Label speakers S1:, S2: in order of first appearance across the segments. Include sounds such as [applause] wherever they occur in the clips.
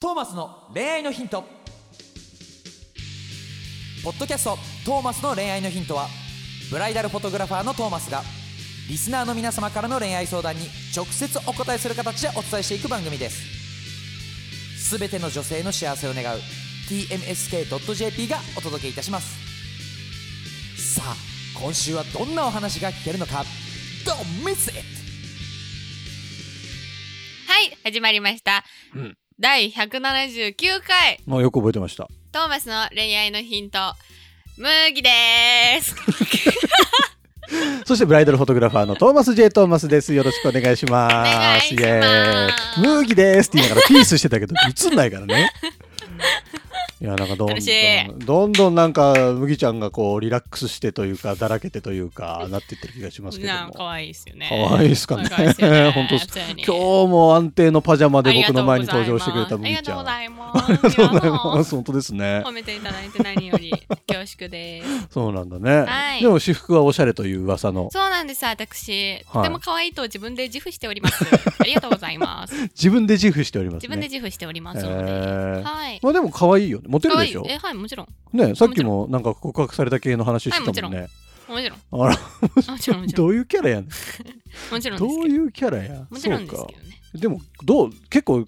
S1: トーマスの恋愛のヒントポッドキャスト「トーマスの恋愛のヒントは」ブライダルフォトグラファーのトーマスがリスナーの皆様からの恋愛相談に直接お答えする形でお伝えしていく番組ですすべての女性の幸せを願う TMSK.jp がお届けいたしますさあ今週はどんなお話が聞けるのか Don't miss it!
S2: はい、始まりました。
S3: うん
S2: 第179回、
S3: あよく覚えてました。
S2: トーマスの恋愛のヒント、麦です。
S3: そしてブライダルフォトグラファーのトーマス J トーマスです。よろしくお願いします。
S2: お願いします
S3: イエーイムーギですって言いながらピースしてたけど映んないか
S2: [laughs]
S3: らね。いやなんかどんど
S2: 楽しい
S3: んどんどんなんか麦ちゃんがこうリラックスしてというかだらけてというかなっていってる気がしますけど
S2: なん
S3: も。
S2: かわいいですよね。
S3: 可愛いですかね。
S2: 可愛いっすよね
S3: [laughs] 本当です。
S2: 普通に
S3: 今日も安定のパジャマで僕の前に登場してくれた
S2: ありが
S3: 麦ち
S2: とう
S3: ゃ
S2: ご
S3: ん。
S2: ざいます。ありがとうござい
S3: ま
S2: ますす。
S3: [laughs] 本当ですね
S2: 褒。めていただいて何より恐縮です。
S3: そうなんだね。
S2: はい
S3: でも私服はおしゃれという噂の
S2: そうなんです、私。
S3: はい
S2: とても可愛いと自分で自負しており
S3: [laughs]
S2: ます。ありがとうございます。
S3: 自分で自負しております
S2: 自
S3: ね。
S2: 分で自負しております
S3: へ
S2: ので。
S3: ー
S2: はい。
S3: まあでも可愛いよね。モテる
S2: 可
S3: で
S2: 愛い
S3: しょ。
S2: え、はい、もちろん。
S3: ねさっきもなんか告白された系の話
S2: はい
S3: してたもんね。
S2: もちろん。
S3: あら、
S2: もちろん、もちろん。
S3: どういうキャラやねん。
S2: もちろん
S3: ど
S2: で
S3: う
S2: すけど。
S3: いうキャラや。
S2: もちろんです
S3: そう
S2: けどね。
S3: か。でもどう結構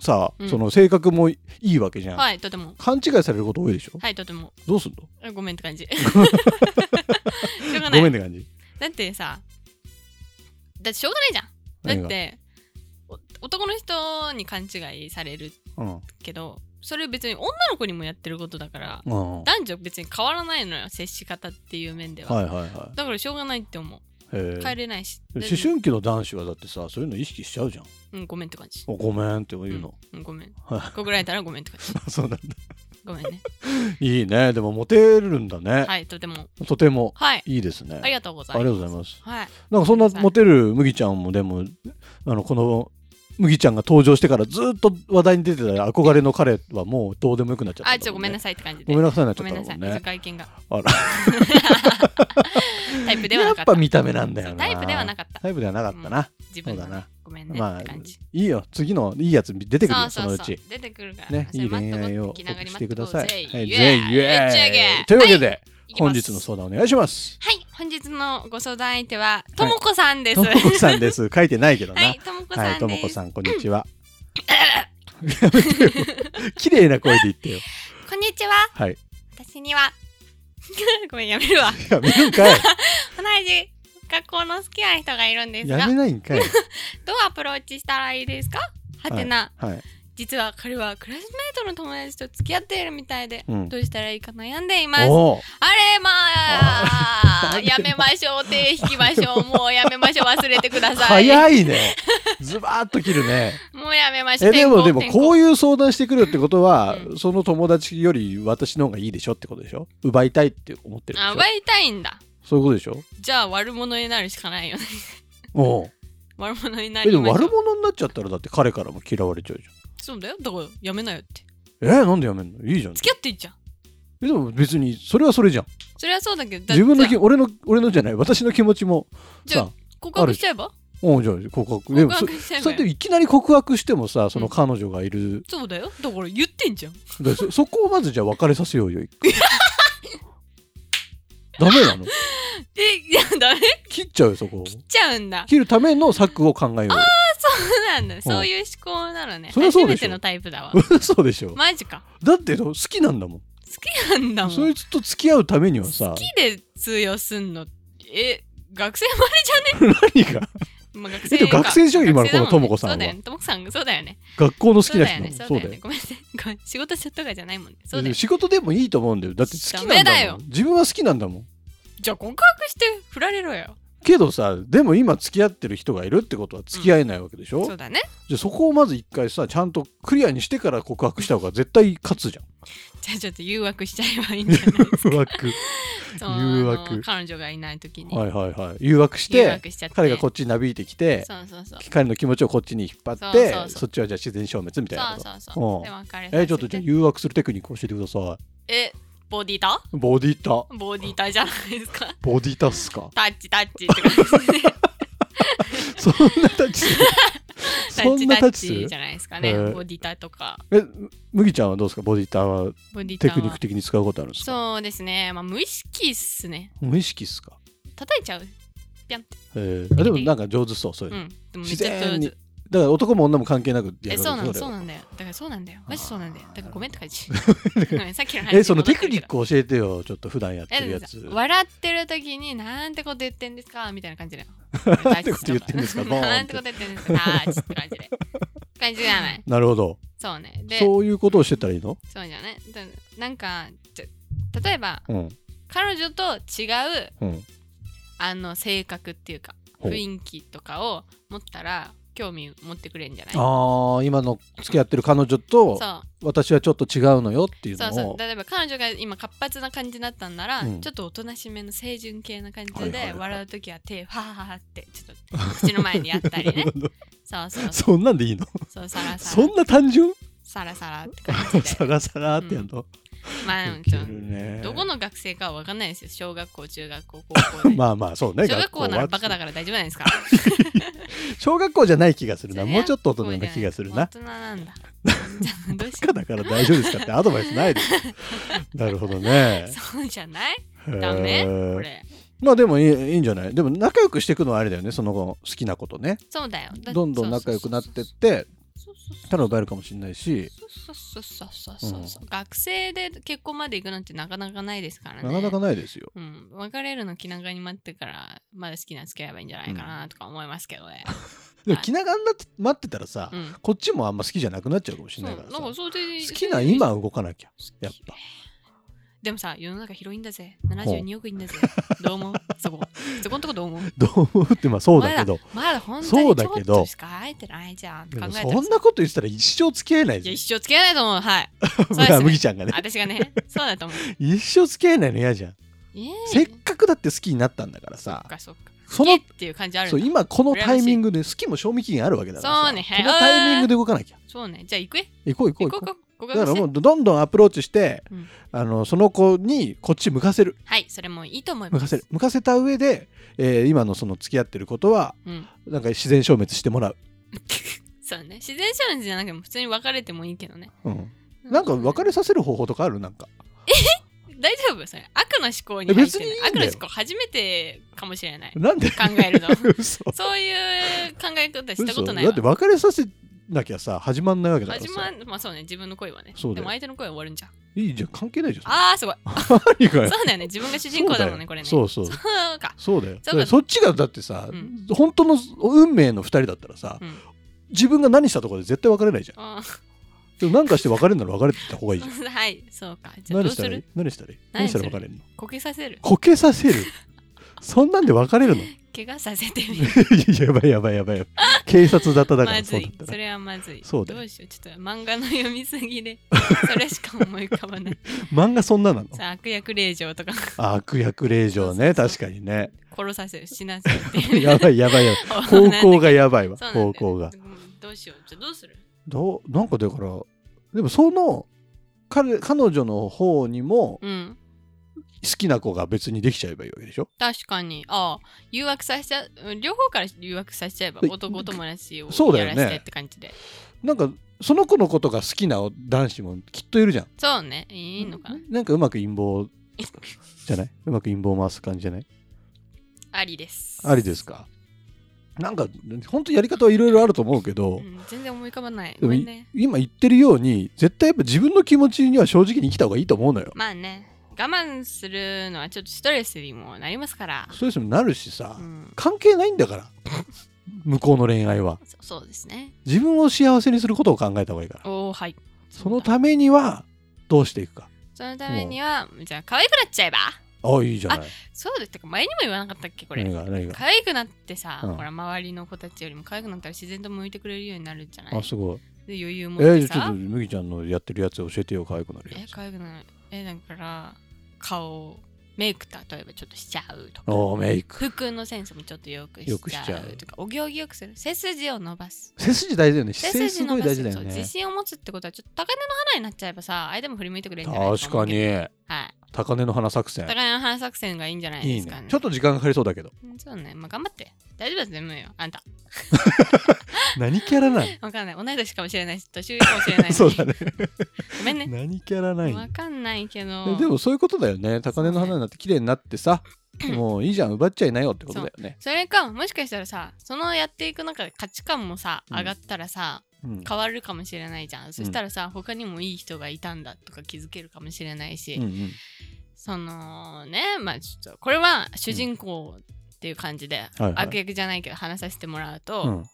S3: さ、
S2: うん
S3: その性格もいいわけじゃん。
S2: はい、とても。
S3: 勘違いされること多いでしょ。
S2: はい、とても。
S3: どうすんの？
S2: あごめんって感
S3: [laughs]
S2: じ。しょうがな
S3: ごめん
S2: い。
S3: って感じ。
S2: だってさ、だってしょうがないじゃん。だって、お男の人に勘違いされる
S3: うん。
S2: けど、それ別に女の子にもやってることだから、
S3: うん。はい
S2: 男女別に変わらないのよ、接し方っていう面では。
S3: はいはい。
S2: だからしょうがないって思う。
S3: へ
S2: 帰
S3: え。
S2: れないし。
S3: 思春期の男子はだってさそういうの意識しちゃうじゃん。
S2: うん、ごめんって感じ。
S3: おごめんって言うの。
S2: うん、ごめん
S3: は。
S2: こぐらいたらごめんって感じ。
S3: [laughs] そうなんだ。
S2: ごめんね。
S3: いいね。でもモテるんだね。
S2: はい、とても。
S3: とても [laughs]
S2: はい。
S3: いいですね。
S2: ありがとうござい
S3: ありが
S2: ま
S3: とうございます。
S2: す。はい。
S3: なんかそんなモテる麦ちゃんもでもあのこの麦ちゃんが登場してからずっと話題に出てた憧れの彼はもうどうでもよくなっちゃった
S2: あ、ちょっとごめんな
S3: さ
S2: さいって感じで
S3: ごめ。んなさいになっち
S2: ご
S3: ゃっ
S2: めん
S3: た
S2: な
S3: もん
S2: さい、
S3: ね
S2: 外見が。
S3: あら
S2: タイプでは
S3: や
S2: な
S3: っ
S2: かった。
S3: ぱ見た目なんだよな
S2: タイプではなかった。
S3: タイプではなかったな、
S2: 自分の
S3: そうだな
S2: ごめんね
S3: まあ
S2: って感じ。
S3: いいよ次のいいやつ出てくるよそ
S2: そうそう
S3: のう
S2: そう
S3: ち
S2: 出てくるから。
S3: ね
S2: それ
S3: いい恋愛
S2: 待っと
S3: を
S2: こう気長に
S3: して
S2: 待っ
S3: く
S2: と
S3: だ
S2: こう
S3: さいは
S2: ぜ
S3: いぜ
S2: イエーイ
S3: イエ
S2: ぶっち上
S3: ー
S2: げ
S3: イというわけで
S2: いきま
S3: 本
S2: す
S3: 日の相談お願いします
S2: はい、本日のご相談相手は、ともこさんです。
S3: とも
S2: は
S3: こさ
S2: [laughs]
S3: んです書いてないけどな、
S2: い、ともこさ
S3: はい
S2: ん
S3: とも
S2: で
S3: こ
S2: す。
S3: さんこんにちは [laughs] やめてよ綺麗な声で言ってよ
S2: こんにちは。
S3: はい
S2: 私には。 [laughs] ごめん、やめるわ。
S3: やめる
S2: [laughs]
S3: んかい
S2: 同じ学校の好きな人がいるんです
S3: や
S2: が
S3: め、ないんかい
S2: どうアプローチしたらいいですかはてな。
S3: はい
S2: 実は彼はクラスメートの友達と付き合っているみたいで、
S3: うん
S2: どうしたらいいか悩んでいますあ
S3: おー
S2: れまあ
S3: あ
S2: やめましょう手引きましょうもうやめましょう忘れてください
S3: 早いねズバーッと切
S2: [laughs]
S3: るね
S2: もうやめましょう
S3: えでもでもこう
S2: いう
S3: いう相談してくるってことは、
S2: う
S3: その友達より私の方がいいでしょってことでしょ奪いたいって思ってるでし
S2: あ
S3: ょ
S2: 奪いたいんだ
S3: そういうことでしょ
S2: じゃあ悪者になるしかないよね [laughs]
S3: おう
S2: 悪者にな
S3: え
S2: り
S3: で
S2: ま
S3: も
S2: しょ
S3: 悪
S2: う
S3: 者になっちゃったらだって彼からも嫌われちゃうじ
S2: そうだよだからやめなよって
S3: ゃんえなんでやめんのいいじゃん
S2: 付き合っていいじゃん
S3: えでも別にそれはそれじゃん
S2: それはそうだけどだ
S3: 自分のき
S2: じゃあ
S3: 俺の俺のじゃない私の気持ちも
S2: じゃあ
S3: さ
S2: 告白しちゃえば
S3: おうじゃあ告白で
S2: 告
S3: もそ
S2: 白しちゃえば
S3: それ
S2: よ
S3: でいきなり告白してもさその
S2: うん
S3: 彼女がいる
S2: そうだよだから言ってんじゃん
S3: でそそこをまずじゃあ別れさせようよ一回 [laughs] ダメなの
S2: えいやダメ
S3: 切っちゃうよそこを
S2: ちゃうんだ
S3: 切るための策を考えようよ
S2: そうなんだ、そういう思考なのね
S3: そりゃそう
S2: 初
S3: で
S2: め
S3: しょ
S2: てのタイプだわ
S3: [laughs] 嘘でしょ
S2: マジか
S3: だって好きなんだもん
S2: 好きなんだもん
S3: そ
S2: 好
S3: いつと付き合うためにはさ
S2: きで通用すんのえ学生もあれじ
S3: 何が
S2: ゃん、まあ、学
S3: えでも学生でしょ今のこのともこさんは
S2: そうだよねともこさんがそうだよね
S3: 学校の好
S2: そ
S3: き
S2: う
S3: な
S2: だよ
S3: 人な
S2: ね
S3: の
S2: そうだよねごめんねごめん仕事しちゃったとかじゃないもんねそうだよ
S3: 仕事でもいいと思うんだよだって好きなん
S2: ダメだ
S3: だも
S2: よ
S3: ん自分は好きなんだもん
S2: じゃあ告白して振られろよ
S3: けどさでも今付き合ってる人がいるってことは付き合えないわけでしょ、
S2: そうだね
S3: じゃあそこをまず一回さちゃんとクリアにしてから告白した方が絶対勝つじゃん
S2: じゃあちょっと誘惑しちゃえばいいんじゃない [laughs]
S3: 誘惑
S2: その
S3: [laughs] 誘惑
S2: 彼女がいない時に、
S3: はいはいはい誘惑し
S2: 誘
S3: て
S2: 惑しちゃって
S3: 彼がこっちになびいてきて
S2: そうそうそう
S3: 彼の気持ちをこっちに引っ張って
S2: そうそうそう
S3: そっちはじゃあ自然消滅みたいなこ
S2: そ
S3: と
S2: うそうそう
S3: うん
S2: で別れさせて
S3: えちょっとじゃあ誘惑するテクニック教えてくださ
S2: えボディタ
S3: いボディタ
S2: ボディタじゃないですか
S3: ボ [laughs] ディタっすか
S2: タッチタッチって感じで
S3: そんなタッチする
S2: [laughs] タッ
S3: そ
S2: チ
S3: ん
S2: タ
S3: なタ
S2: ッ
S3: ッチす
S2: チ
S3: る
S2: じゃないですかね、
S3: えー
S2: ボディタとか
S3: え麦ちゃんはどうですかボディターは
S2: ボディタ
S3: テ
S2: は
S3: クニック的に使うことあるんですか
S2: そうですねまあ無意識っすね
S3: 無意識っすか、
S2: 叩いちゃうピャンって
S3: えーあでもなんか上手そうそういう
S2: う
S3: の、
S2: んでもめ
S3: 自
S2: っちゃ上
S3: 然に
S2: 手
S3: だから男も女も関係なくや
S2: え
S3: る
S2: そうなの
S3: れ
S2: そ
S3: は
S2: うなんだよだからそうなんだよマジそうなんだよだからごめんって感じごめ
S3: [laughs]
S2: んさっきの話
S3: えそのテクニッ
S2: ク
S3: ク教えてよちょっと普段やってるやつ
S2: 笑ってる時になんてこと言ってんですかみたいな感じだよなん
S3: てこと言ってんですかボーンって
S2: なんてこと言ってんですかタッチって感じで感じじゃ
S3: [laughs]
S2: ない
S3: なるほど
S2: そうねで
S3: そういうことをしてたらいいの
S2: そうじゃないだなんかちょ例えば
S3: うん
S2: 彼女と違う
S3: うん
S2: あの性格っていうか
S3: ほう
S2: 雰囲気とかを持ったら興味持ってくれんじゃないそう
S3: ああ今の付き合ってる彼女と私はちょっと違うのよっていう
S2: そう
S3: の
S2: そ
S3: [laughs] を
S2: う例えば彼女が今活発な感じだったんなら、
S3: うん
S2: ちょっとおとなしめの清純系な感じ
S3: はいはい
S2: で
S3: はい
S2: 笑う時は手ファーハーってちょっと口の前にやったり
S3: [laughs]
S2: ねそうそうそう
S3: そんなんでいいの
S2: そうサラサ
S3: そ
S2: ラ
S3: んな単
S2: [laughs]
S3: 純
S2: サラサラって感
S3: [laughs]
S2: じ
S3: サ
S2: で
S3: ラサラってやんの、
S2: まあ
S3: い
S2: ち
S3: け
S2: ょっ
S3: るね
S2: とどこの学生かは分かんないですよ小学校中学校高校で、
S3: [laughs] まあまあそうね
S2: 小学校ならバカだ
S3: 学校は
S2: から大丈夫なんですか
S3: 小学校じゃない気がするな
S2: それ
S3: もうちょっと大人な気がするな
S2: 大人なん
S3: [laughs]
S2: だじゃあどうし
S3: バカ
S2: よ
S3: だから大丈夫ですかってアドバイス
S2: [laughs]
S3: ないですなるほどね
S2: うそうじゃないダメ
S3: へー
S2: これ
S3: まあでもいいいいんじゃないでも仲良くしていくのはあれだよねその後好きなことね
S2: そうだよだ
S3: どんどん仲良くなってっ
S2: そう
S3: て
S2: そうそうそう
S3: たら奪えるかもしれないし
S2: そうそうそうそうそうそう、学生で結婚まで行くなんてなかなかないですからね
S3: なかなかないですよ
S2: うん、別れるの気長に待ってからまだ好きなの付き合えばいいんじゃないかなとか思いますけど
S3: [laughs]
S2: ね、
S3: でも気長になって待ってたらさ、
S2: うん
S3: こっちもあんま好きじゃなくなっちゃうかもし
S2: そう
S3: れな
S2: ないん
S3: から
S2: か
S3: さ好
S2: そうで
S3: きな今動かなきゃやっぱ
S2: でもさ世の中広いんだぜ72億いんだぜどう思うそこそこのと [laughs] こどう思う
S3: どう思うってまあそうだけど
S2: まだ本当
S3: そう
S2: に
S3: だ
S2: ち
S3: け
S2: ょっ
S3: ど
S2: としか会えてないじゃんって
S3: で
S2: 考
S3: も
S2: えた
S3: そ
S2: ら
S3: んなこと言ってたら一生付き合えない
S2: いや
S3: で
S2: 一
S3: す
S2: 生付き合えないと思うはい
S3: [laughs] よ、
S2: そうですね
S3: 麦ちゃんがね
S2: 私がねそうだと思う
S3: 一生付き合えないの嫌じゃん
S2: いえ
S3: せっかくだって好きになったんだから
S2: そ
S3: さ
S2: っかそっか
S3: そ
S2: 好
S3: の
S2: きっていう感じある
S3: そう
S2: そう
S3: 今このタイミングで好きも賞味期限あるわけだからさ
S2: そうね
S3: このタイミングで動かなきゃ
S2: そうねじゃあ行くえ
S3: 行こう行
S2: 行こ
S3: こう
S2: う行
S3: 行こ
S2: こう告
S3: うだ
S2: 白
S3: から
S2: し
S3: も
S2: て
S3: うどんどんアプローチして、
S2: うん
S3: あのその子にこっち向かせる
S2: はいそれもいいと思い
S3: 向
S2: ま
S3: か
S2: す
S3: せる向かせた上で、えー今のその付き合ってることは
S2: うん
S3: なんか自然消滅してもらう、
S2: そうね自然消滅じゃなくても普通に別れてもいいけどね
S3: うん、なんか別れさせる方法とかあるなんか
S2: 大丈夫それ悪の思考に入って
S3: え別にいい
S2: る
S3: んだよ
S2: 悪の思考初めてかもしれない
S3: なんで
S2: 考えるの
S3: [laughs] 嘘
S2: そういう考え方したことない
S3: 嘘
S2: わ
S3: だって別れさせなきゃさ始まんないわけだから
S2: 始ま
S3: さ
S2: んまあそうね自分の恋はね
S3: そうだよ
S2: でも相手の恋は終わるんじゃん
S3: いいじゃん関係ないじゃん
S2: あーすごい
S3: 何がよ
S2: そうだよね自分が主人公だもんねこれね
S3: そうそう
S2: [laughs] そうか
S3: そうだよ
S2: そうだ
S3: だからそっちがだってさ、
S2: うん
S3: 本当の運命の2人だったらさ、
S2: うん
S3: 自分が何したところで絶対別れないじゃん
S2: あ
S3: でも何かして別れるなら別れてた方がいいじゃん
S2: ーはいそうか [laughs] じゃあど
S3: 何
S2: う
S3: し
S2: す
S3: たらいい
S2: る
S3: 何したらいい何
S2: 何す
S3: した
S2: る
S3: ら別れるの
S2: こけさせる
S3: こけさ
S2: [laughs]
S3: せるそんなんで別れるの [laughs] い
S2: 怪我させてみる
S3: ややばいやばいやばいやばい警察沙汰だか
S2: ま
S3: ら
S2: ず
S3: そうだ
S2: い
S3: った
S2: そ
S3: ら
S2: れはまずい
S3: そうだ
S2: ど
S3: よ
S2: うしようちょっと漫画の読みすぎ
S3: [laughs]
S2: でそれしか思い浮かばない
S3: 漫画そんななの
S2: さあ悪役令嬢とか
S3: あ悪役令嬢ね確かにね
S2: 殺させる死なせるっていう
S3: やばいやばい
S2: [laughs]
S3: やばい方向がやばいわ
S2: そうなんだよ
S3: [laughs] 方向が
S2: うんどうしようじゃあどうする
S3: どうなんかだからでもその彼彼女の方にも
S2: うん
S3: 好きな子が別にできちゃえばいいわけでしょ
S2: 確かにああ誘惑させちゃうん両方から誘惑させちゃえば
S3: で
S2: 男友達を
S3: そうだ
S2: や
S3: よ
S2: ら
S3: ね
S2: せてって感じで
S3: なんかその子のことが好きな男子もきっといるじゃん
S2: そうねいいのかな
S3: なんかうまく陰謀じゃ
S2: [laughs]
S3: ないうまく陰謀を回す感じじゃない
S2: ありです
S3: ありですかなんか本当やり方はいろいろあると思うけど、
S2: うん全然思い浮かばない
S3: で
S2: ご
S3: も
S2: め
S3: い
S2: んね
S3: 今言ってるように絶対やっぱ自分の気持ちには正直に生きた方がいいと思うのよ
S2: まあね我慢するのはちょっとストレスにもなりますから、
S3: ストレスにもなるしさ、
S2: うん、
S3: 関係ないんだから [laughs] 向こうの恋愛は
S2: そそうですね
S3: 自分を幸せにすることを考えた方がいいから
S2: おおはい
S3: そのためにはどうしていくか
S2: そのためにはじゃあ可愛くなっちゃえば
S3: あいいじゃない
S2: そうだってか前にも言わなかったっけこれ
S3: 何が何が
S2: 可愛くなってさ、
S3: うん
S2: ほら周りの子たちよりも可愛くなったら自然と向いてくれるようになるじゃない
S3: あすごい
S2: で余裕持って
S3: えー、ちょっと
S2: さ
S3: 麦ちゃんのやってるやつ教えてよ可愛くなる
S2: え
S3: やつ
S2: 可愛くないえだから顔メイク例えばちょっとしちゃうとか
S3: おーメイク
S2: 服のセンスもちょっとよくし
S3: よくし
S2: ち
S3: ち
S2: ゃ
S3: ゃ
S2: う
S3: う
S2: とかお行儀よくする背筋を伸ばす
S3: 背筋大事だよね
S2: 背
S3: 姿勢
S2: 筋
S3: す
S2: 伸
S3: ごい
S2: ば
S3: 大
S2: す
S3: 事だよ
S2: そう自
S3: ね
S2: 信を持つってことはちょっと高根の花になっちゃえばさ相手も振り向いてくれるんじゃない
S3: 確かに
S2: と思うけどはい。
S3: 高根の花作戦
S2: お。互いの花作戦がいいんじゃない
S3: い
S2: で
S3: い
S2: すかね。
S3: ね。ちょっと時間かかりそう
S2: [laughs]
S3: だけど。
S2: うんそうね。まあ、頑張って。大丈夫だと思うよ。あんた。
S3: 何キャラなん
S2: わかんない。同い年かもしれないし、年上かもしれないし。
S3: [laughs] そうだね。
S2: ごめんね。
S3: 何キャラない
S2: わかんないけ
S3: で
S2: ど。
S3: でもそういうことだよね。高根の花になって綺麗になってさ、もういいじゃん、奪っちゃいなよってことだよね。
S2: それか、もしかしたらさ、そのやっていく中で価値観もさ、
S3: うん
S2: 上がったらさ、
S3: うん
S2: 変わるかもしれないじゃん。そしたらさ、他にもいい人がいたんだとか気づけるかもしれないし、
S3: うんうん
S2: そのね、まあちょっと、これは主人公っていう感じで、
S3: はいはい
S2: 悪役じゃないけど話させてもらうと、
S3: うん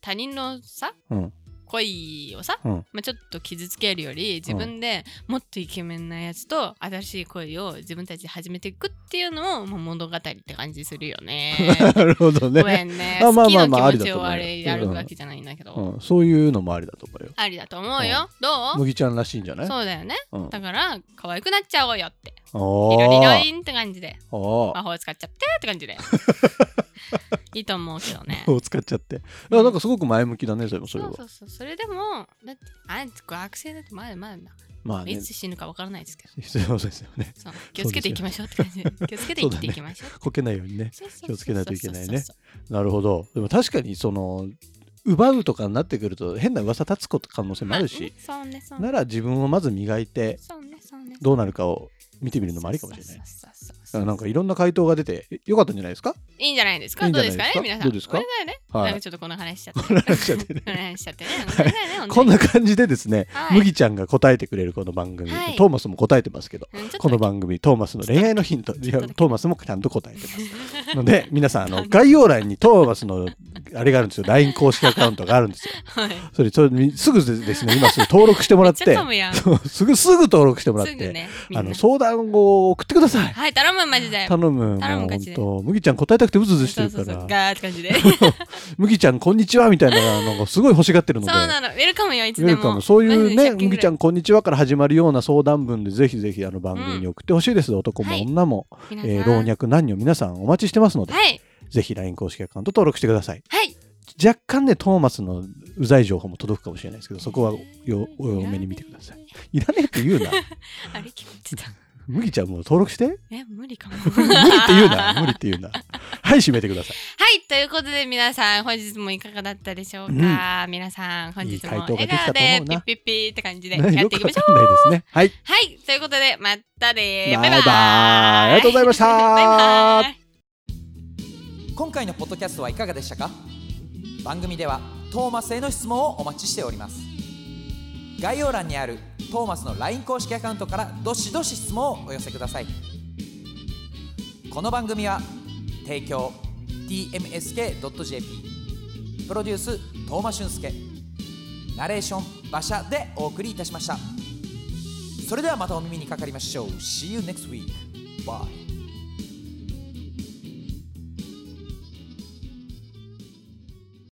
S2: 他人のさ、
S3: うん
S2: 恋をさ、
S3: うん
S2: まあ、ちょっと傷つけるより自分でもっとイケメンなやつと新しい恋を自分たちで始めていくっていうのを、まあ、物語って感じするよね。
S3: なるほど
S2: ごめ
S3: [laughs] ね、
S2: んね。
S3: あ
S2: 好
S3: まあ
S2: き
S3: まあ
S2: な
S3: まあ
S2: 気持ちをあれやるわけじゃないんだけど。
S3: うん。そういうのもありだと思うよ。
S2: ありだと思うよ。どう
S3: 麦ちゃんらしいんじゃない
S2: そうだよね。
S3: うん、あ
S2: だから可愛くなっちゃおうよって。いろりろ
S3: あ
S2: いんって感じで。
S3: ああ
S2: 魔法使っちゃってって感じ
S3: [laughs]
S2: で。いいと思うけどね。
S3: を使っちゃって。あなんかすごく前向きだね、それもそ
S2: そ
S3: れは
S2: う。そうそう。それでも、だって、あん学生だってまだまだだ。
S3: まあね
S2: い、つ死ぬかわからないですけど。
S3: 必要ですよね。
S2: そう気をつけていきましょうって感じで。気をつけて生きていきましょう。
S3: こけないようにね。
S2: そうそう
S3: 気をつけないといけないね
S2: そうそうそう
S3: なるほど。でも確かにその奪うとかになってくると変な噂立つこと可能性もあるし、
S2: まあうんそうね、そうね。
S3: なら自分をまず磨いて
S2: そうね、そうね。
S3: どうなるかを見てみるのもありかもしれない。
S2: そうそうそう
S3: あ
S2: そう。
S3: なんかいろんな回答が出てえよかったんじゃないですか
S2: いいんじゃないですか
S3: いいんじ
S2: ど
S3: ゃ
S2: う
S3: な
S2: で
S3: いですす
S2: かね
S3: か
S2: 皆さん。
S3: どうですか
S2: これだよね。
S3: は
S2: な
S3: い
S2: ん [laughs] かちょっとこの話しちゃった。こ
S3: 話しちゃってね
S2: の話しちゃってね。これだよね
S3: こんな
S2: 本
S3: 感じでですね、
S2: はい
S3: 麦ちゃんが答えてくれるこの番組、
S2: はい
S3: トーマスも答えてますけど
S2: 当にうんちょっと
S3: この番組トーマスの恋愛のヒントい
S2: ょっと
S3: や
S2: だけ
S3: トーマスもちゃんと答えてます
S2: [laughs]
S3: ので皆さんあの概要欄にトーマスのあれがあるんですよ LINE 公式アカウントがあるんですよ
S2: はい。
S3: それそれすぐですね今すぐ登録して
S2: [laughs]
S3: もらっ
S2: めっち
S3: て
S2: ゃ噛むやん
S3: すぐすぐ登録してもらっ
S2: す
S3: て、
S2: ぐね。み
S3: あ
S2: ん
S3: の
S2: な
S3: 相談を送ってください
S2: はい、頼む、マジで。
S3: [laughs] 頼む
S2: 頼む
S3: もう
S2: ガ
S3: 本
S2: チで
S3: 当麦ちゃん答えたくてうずうずして
S2: そう
S3: る
S2: そ
S3: か
S2: うそう。ガー
S3: ら
S2: って感じで。
S3: [laughs] 麦ちゃんこんにちはみたいなのがすごい欲しがってるの
S2: そう
S3: で
S2: なの。ウェルカムよ、いつ
S3: ウ
S2: で
S3: ェ
S2: も
S3: ル。カムそういう
S2: マ
S3: ね、
S2: ジで100件ぐ
S3: 麦
S2: らい
S3: ちゃんこんにちはから始まるような相談文でぜひぜひあの番組に送ってほしいです、男も
S2: はい
S3: 女も、
S2: 皆さん
S3: えー老若男女皆さんお待ちしてますので、
S2: はい。
S3: ぜひ LINE 公式アカウント登録してください
S2: はい。
S3: 若干ねトーマスのうざい情報も届くかもしれないですけどそこはよお多めに見てくだ
S2: [laughs]
S3: さい。いらねえって言う
S2: あ
S3: な
S2: れ、決まってた。
S3: 麦ちゃんもう登録して [laughs]
S2: え、無理かも。
S3: 無理って言うな無理って言うなはい締めてください
S2: はい、ということで皆さん、本日もいかがだったでしょうか、皆さん、本日も笑顔で
S3: いい回答ができたと思う
S2: ピ
S3: な
S2: ッピッピーって感じでやっ
S3: よ
S2: てい
S3: く
S2: きま
S3: わ
S2: しょ
S3: かん
S2: う
S3: ないですねはい
S2: はい、ということで、またね
S3: バ
S2: バイバ
S3: イバイ
S2: イ
S3: ありがとうございました
S2: バイバイ
S1: 今回のポッドキャストはいかがでしたか番組ではトーマスへの質問をお待ちしております概要欄にあるトーマスの LINE 公式アカウントからどしどし質問をお寄せくださいこの番組は提供 tmsk.jp プロデューストーマ俊介ナレーション馬車でお送りいたしましたそれではまたお耳にかかりましょう See you next week Bye